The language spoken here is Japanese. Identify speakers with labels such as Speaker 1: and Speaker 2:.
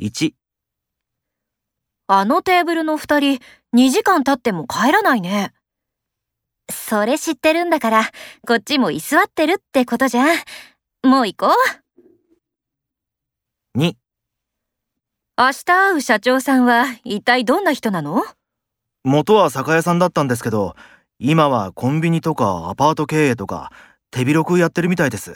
Speaker 1: 1、
Speaker 2: あのテーブルの二人、2時間経っても帰らないね。
Speaker 3: それ知ってるんだから、こっちも居座ってるってことじゃん。もう行こう。
Speaker 1: 2、
Speaker 2: 明日会う社長さんは一体どんな人なの
Speaker 4: 元は酒屋さんだったんですけど今はコンビニとかアパート経営とか手広くやってるみたいです